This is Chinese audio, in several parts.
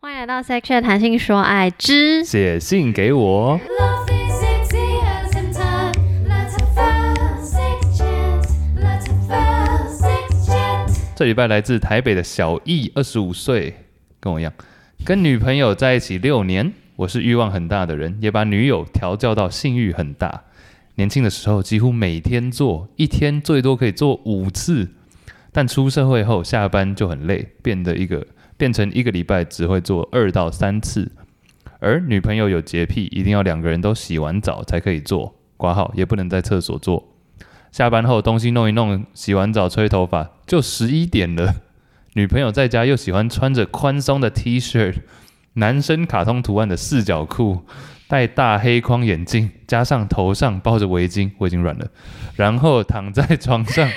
欢迎来到 Section 谈性说爱之，写信给我。 Love is sexy as in time. Let's have a sex chat. Let's have a sex chat. 这礼拜来自台北的小易，二十五岁，跟我一样，跟女朋友在一起六年。我是欲望很大的人，也把女友调教到性欲很大。年轻的时候几乎每天做，一天最多可以做五次。但出社会后，下班就很累，变得一个变成一个礼拜只会做二到三次。而女朋友有洁癖，一定要两个人都洗完澡才可以做，挂号也不能在厕所做。下班后东西弄一弄，洗完澡吹头发，就十一点了。女朋友在家又喜欢穿着宽松的 T 恤、男生卡通图案的四角裤，戴大黑框眼镜，加上头上包着围巾，我已经软了，然后躺在床上，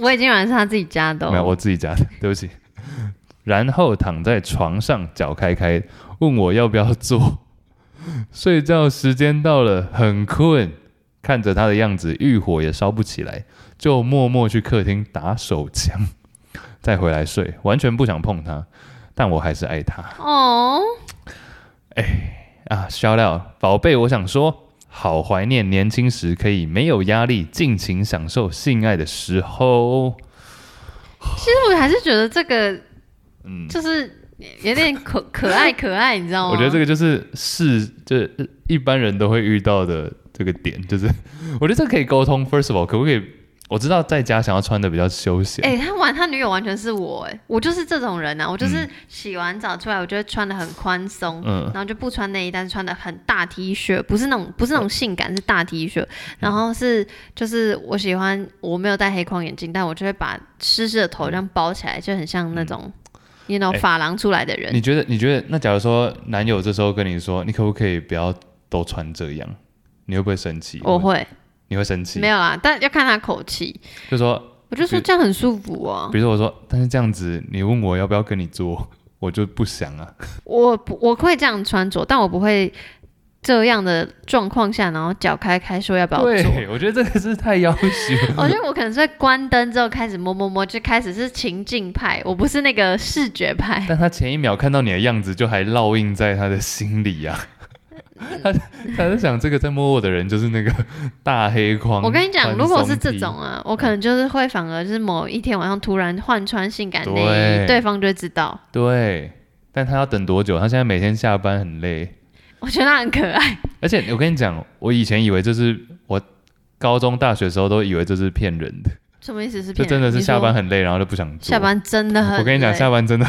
我已经晚上他自己家的、哦，没有，我自己加的，对不起。 然后躺在床上，脚开开，问我要不要做。 睡觉时间到了，很困，看着他的样子，欲火也烧不起来，就默默去客厅打手枪，再回来睡，完全不想碰他，但我还是爱他哦，啊。小廖，宝贝，我想说，好怀念年轻时可以没有压力，尽情享受性爱的时候。其实我还是觉得这个嗯，就是有点可 可爱可爱，你知道吗？我觉得这个个就是是，就是一般人都会遇到的这个点，就是我觉得这可以沟通。First of all，可不可以？我知道在家想要穿的比较休闲，哎、他玩他女友完全是我哎、我就是这种人啊，我就是洗完澡出来，我就会穿的很宽松，嗯然后就不穿内衣，但是穿的很大 T 恤，不是那种不是那种性感，是大 T 嗯恤，然后是就是我喜欢我没有戴黑框眼镜，但我就会把湿湿的头这样包起来，就很像那种。你 you know 嗯哎发廊出来的人，你觉得？你觉得？那假如说男友这时候跟你说，你可不可以不要都穿这样？你会不会生气？我，会你会生气没？有啦，但要看他口气。就说，我就说比这样很舒服啊，比如说我说，但是这样子，你问我要不要跟你做，我就不想啊。我不我会这样穿着，但我不会这样的状况下，然后脚开开说要不要做。哦对，我觉得这个是太要求了。我觉得我可能是会关灯之后开始摸摸摸，就开始是情境派，我不是那个视觉 派。但他前一秒看到你的样子，就还烙印在他的心里呀、 他他在想，这个在摸我的人就是那个大黑框。我跟你讲，如果是这宽种松啊，我可能就是会反而就是某一天晚上突然换穿性感内衣，对对方就会知道。 T，对，但他要等多久？他现在每天下班很累，我觉得他很可爱，而且我跟你讲，我以前以为这是我高中、大学时候都以为这是骗人的，什么意思是就骗人？真的是你说下班很累，然后就不想做。下，班真的很，我跟你讲，下 班真的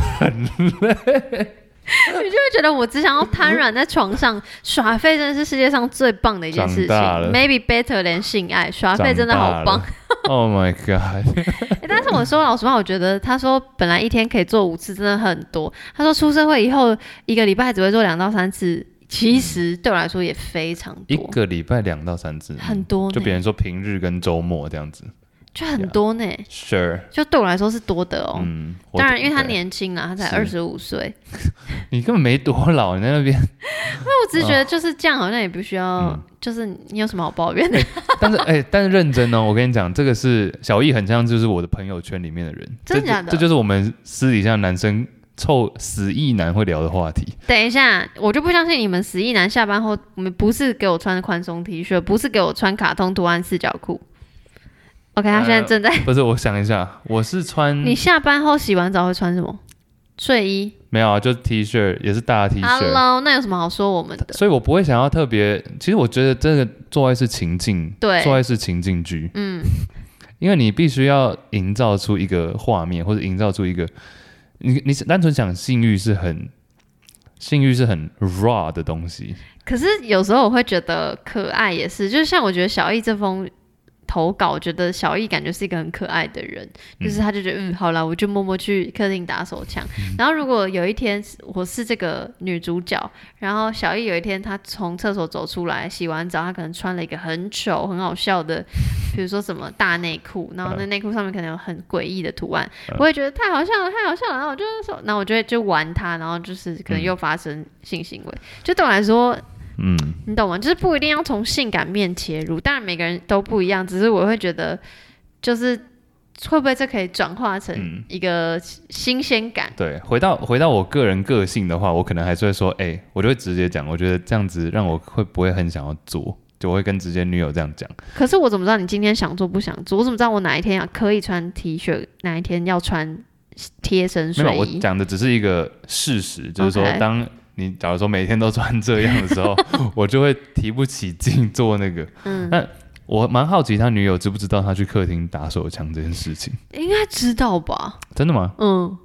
你就会觉得我只想要瘫软在床上耍废，真的是世界上最棒的一件事长大了情。Maybe better than 性爱，耍长废真的好大棒了。。Oh my god！诶但是我说老实话，我觉得他说本来一天可以做五次，真的很多。他说出社会以后一个礼拜只会做两到三次，其实对我来说也非常一多，个礼拜两到三次，嗯很多就别呢，人说平日跟周末这样子。就很多呢， Sure。就对我来说是多的哦。嗯，我当然，因为他对年轻啊，他才是二十五岁，你根本没多老，你在那边。 那我只是觉得就是这样，好像也不需要，嗯就是你有什么好抱怨的？ 但是哎、但是认真哦，我跟你讲，这个是小易，很像就是我的朋友圈里面的人， 真的这假的这就是我们私底下男生臭死意男会聊的话题。等一下，我就不相信你们十一男下班后，你们不是给我穿宽松 T 恤，不是给我穿卡通图案四角裤。OK，他现呃在正在。不是，我想一下，我是穿你下班后洗完澡会穿什么？睡衣。没有啊，就是 T 恤，也是大 T 恤， Hello，那有什么好说我们的？所以我不会想要特别。其实我觉得这个做爱是情境，对做爱是情境剧，嗯，因为你必须要营造出一个画面，或者营造出一个，你你单纯讲性欲是很，性欲是很 raw 的东西，可是有时候我会觉得可爱也是，就是像我觉得小易这封投稿，我觉得小易感觉是一个很可爱的人，就是他就觉得嗯好啦，我就默默去客厅打手枪。 然后如果有一天我是这个女主角，然后小易有一天她从厕所走出来，洗完澡，她可能穿了一个很糗、很好笑 的，比如说什么大内裤，然后嗯那内裤上面可能有很诡异的图案，我也觉得太好笑了，太好笑了。然后我就是说，然后我就会就玩它，然后就是可能又发生性行为，就对我来说嗯。你懂吗？就是不一定要从性感面切入，当然每个人都不一样，只是我会觉得，就是会不会这可以转化成嗯一个新鲜感？对，回到回到我个人个性的话，我可能还是会说，哎、我就会直接讲，我觉得这样子让我会不会很想要做，就我会跟直接女友这样讲。可是我怎么知道你今天想做不想做？我怎么知道我哪一天要可以穿 T 恤，哪一天要穿贴身没有，睡我衣？讲的只是一个事实，就是说 OK 当你假如说每天都穿这样的时 候，我就会提不起劲做那个。嗯，那我蛮好奇他女友知不知道他去客厅打手枪这件事情，应该知道吧？真的吗？嗯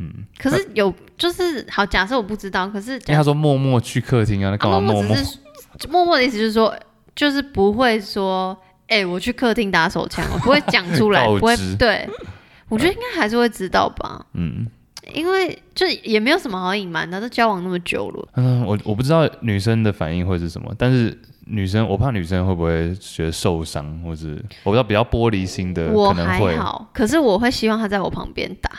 嗯。可是有就是好，假设我不知道，可是因为假他说默默去客厅啊，那干啊嘛默默默默只？是默默的意思就是说，就是不会说，哎、我去客厅打手枪，我不会讲出 来，告不会知对。我觉得应该还是会知道吧，嗯因为就也没有什么好隐瞒的，都交往那么久了。嗯，我我不知道女生的反应会是什么，但是女生我怕女生会不会觉得受伤，或是我不知道比较玻璃心的我可能还会好，可是我会希望他在我旁边打。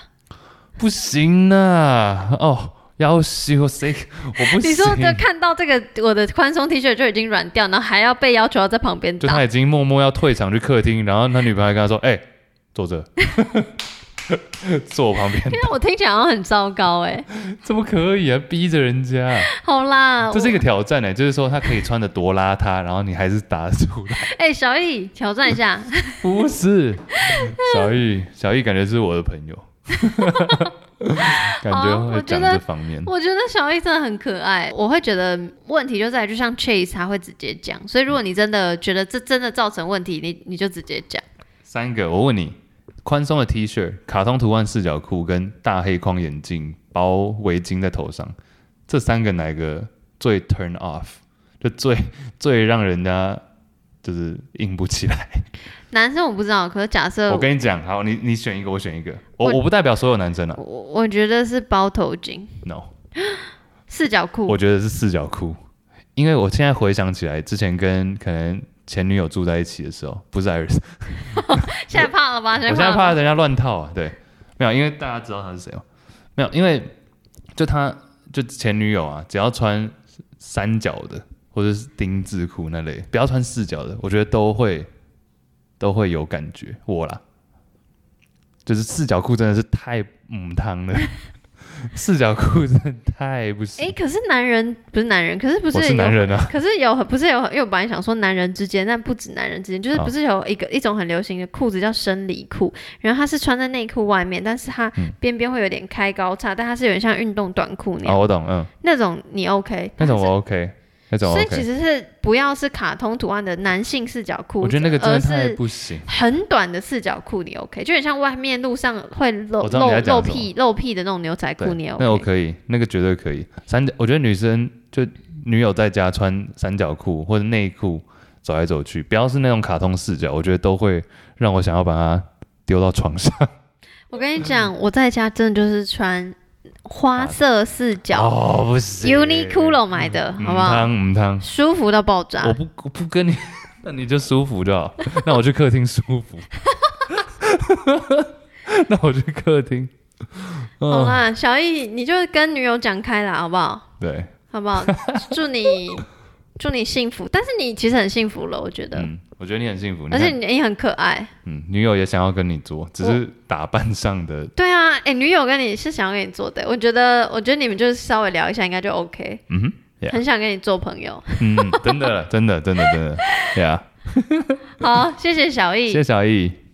不行啊，哦。要死我谁？我不行。你说这看到这个我的宽松 T 恤就已经软掉，然后还要被要求要在旁边就打他，已经默默要退场去客厅，然后他女朋友还跟他说：“哎、坐 这，坐我旁边，因为我听起来好像很糟糕哎、 怎么可以啊？逼着人家，好啦， 这是一我个挑战哎、就是说他可以穿的多邋遢，然后你还是打得出来。哎、小易挑战一下， 不是， 小易，小易感觉是我的朋友， 感觉哦我会觉讲得这方面。我觉得小易真的很可爱。我会觉得问题就在于，就像 Chase 他会直接讲，所以如果你真的觉得这真的造成问题，你你就直接讲。三个，我问你，宽松的 T 恤、卡通图案四角裤跟大黑框眼镜、包围巾在头上，这三个哪个最 turn off？就最 最让人家就是硬不起来。男生我不知道，可是假设我跟你讲，好，你你选一个，我选一个。我嗯我我不代表所有男生啊我我觉得是包头巾、 ，no，四角裤我，觉得是四角裤，因为我现在回想起来，之前跟可能前女友住在一起的时候，不是 Iris，现在怕了吧？我现在怕了怕吧。人家乱套啊，对，没有，因为大家知道他是谁哦，没有，因为就他就前女友啊，只要穿三角的或者是丁字裤那类，不要穿四角的，我觉得都会都会有感觉，我啦，就是四角裤真的是太母 汤了，四角裤真的太不行，哎、可是男人不是男人，可是不我是有男人啊，可是有不是有，因为我本来想说男人之间，但不止男人之间，就是啊不是有一个、一种很流行的裤子叫生理裤，然后它是穿在内裤外面，但是它嗯边边会有点开高叉，但它是有点像运动短裤那样，哦，我懂，嗯，那种你 OK，那但种是我 OK，那种我所以其 OK，实是不要是卡通图案的男性四角裤，我觉得那个真而的太是不行。很短的四角裤你 OK，就很像外面路上会露我知道你露在讲露什么屁露屁的那种牛仔裤对，你也那我 OK，可以，那个绝对可以。三角，我觉得女生就女友在家穿三角裤或者内裤走来走去，不要是那种卡通视角，我觉得都会让我想要把它丢到床上。我跟你讲，嗯我在家真的就是穿花色四角。哦，不行 Uniqlo 买的，好嗯不好？啊汤嗯汤，舒服到爆炸我。不我不跟你， 那你就舒服就好。那我去客厅舒服。 那我去客厅。好嗯，啦，小易，你就跟女友讲开啦，好不好？对，好 不好？祝你祝你幸福，但是你其实很幸福了，我觉得，嗯，我觉得你很幸福。你而且看，你你很可爱。嗯，女友也想要跟你做，只是打扮上的对啊，哎、女友跟你是想要跟你做的，我觉得，我觉得你们就是稍微聊一下，应该就 OK。嗯哼 Yeah 很想跟你做朋友。嗯，真的，真的，真的，真的，对啊，好，谢谢小易，谢谢小易。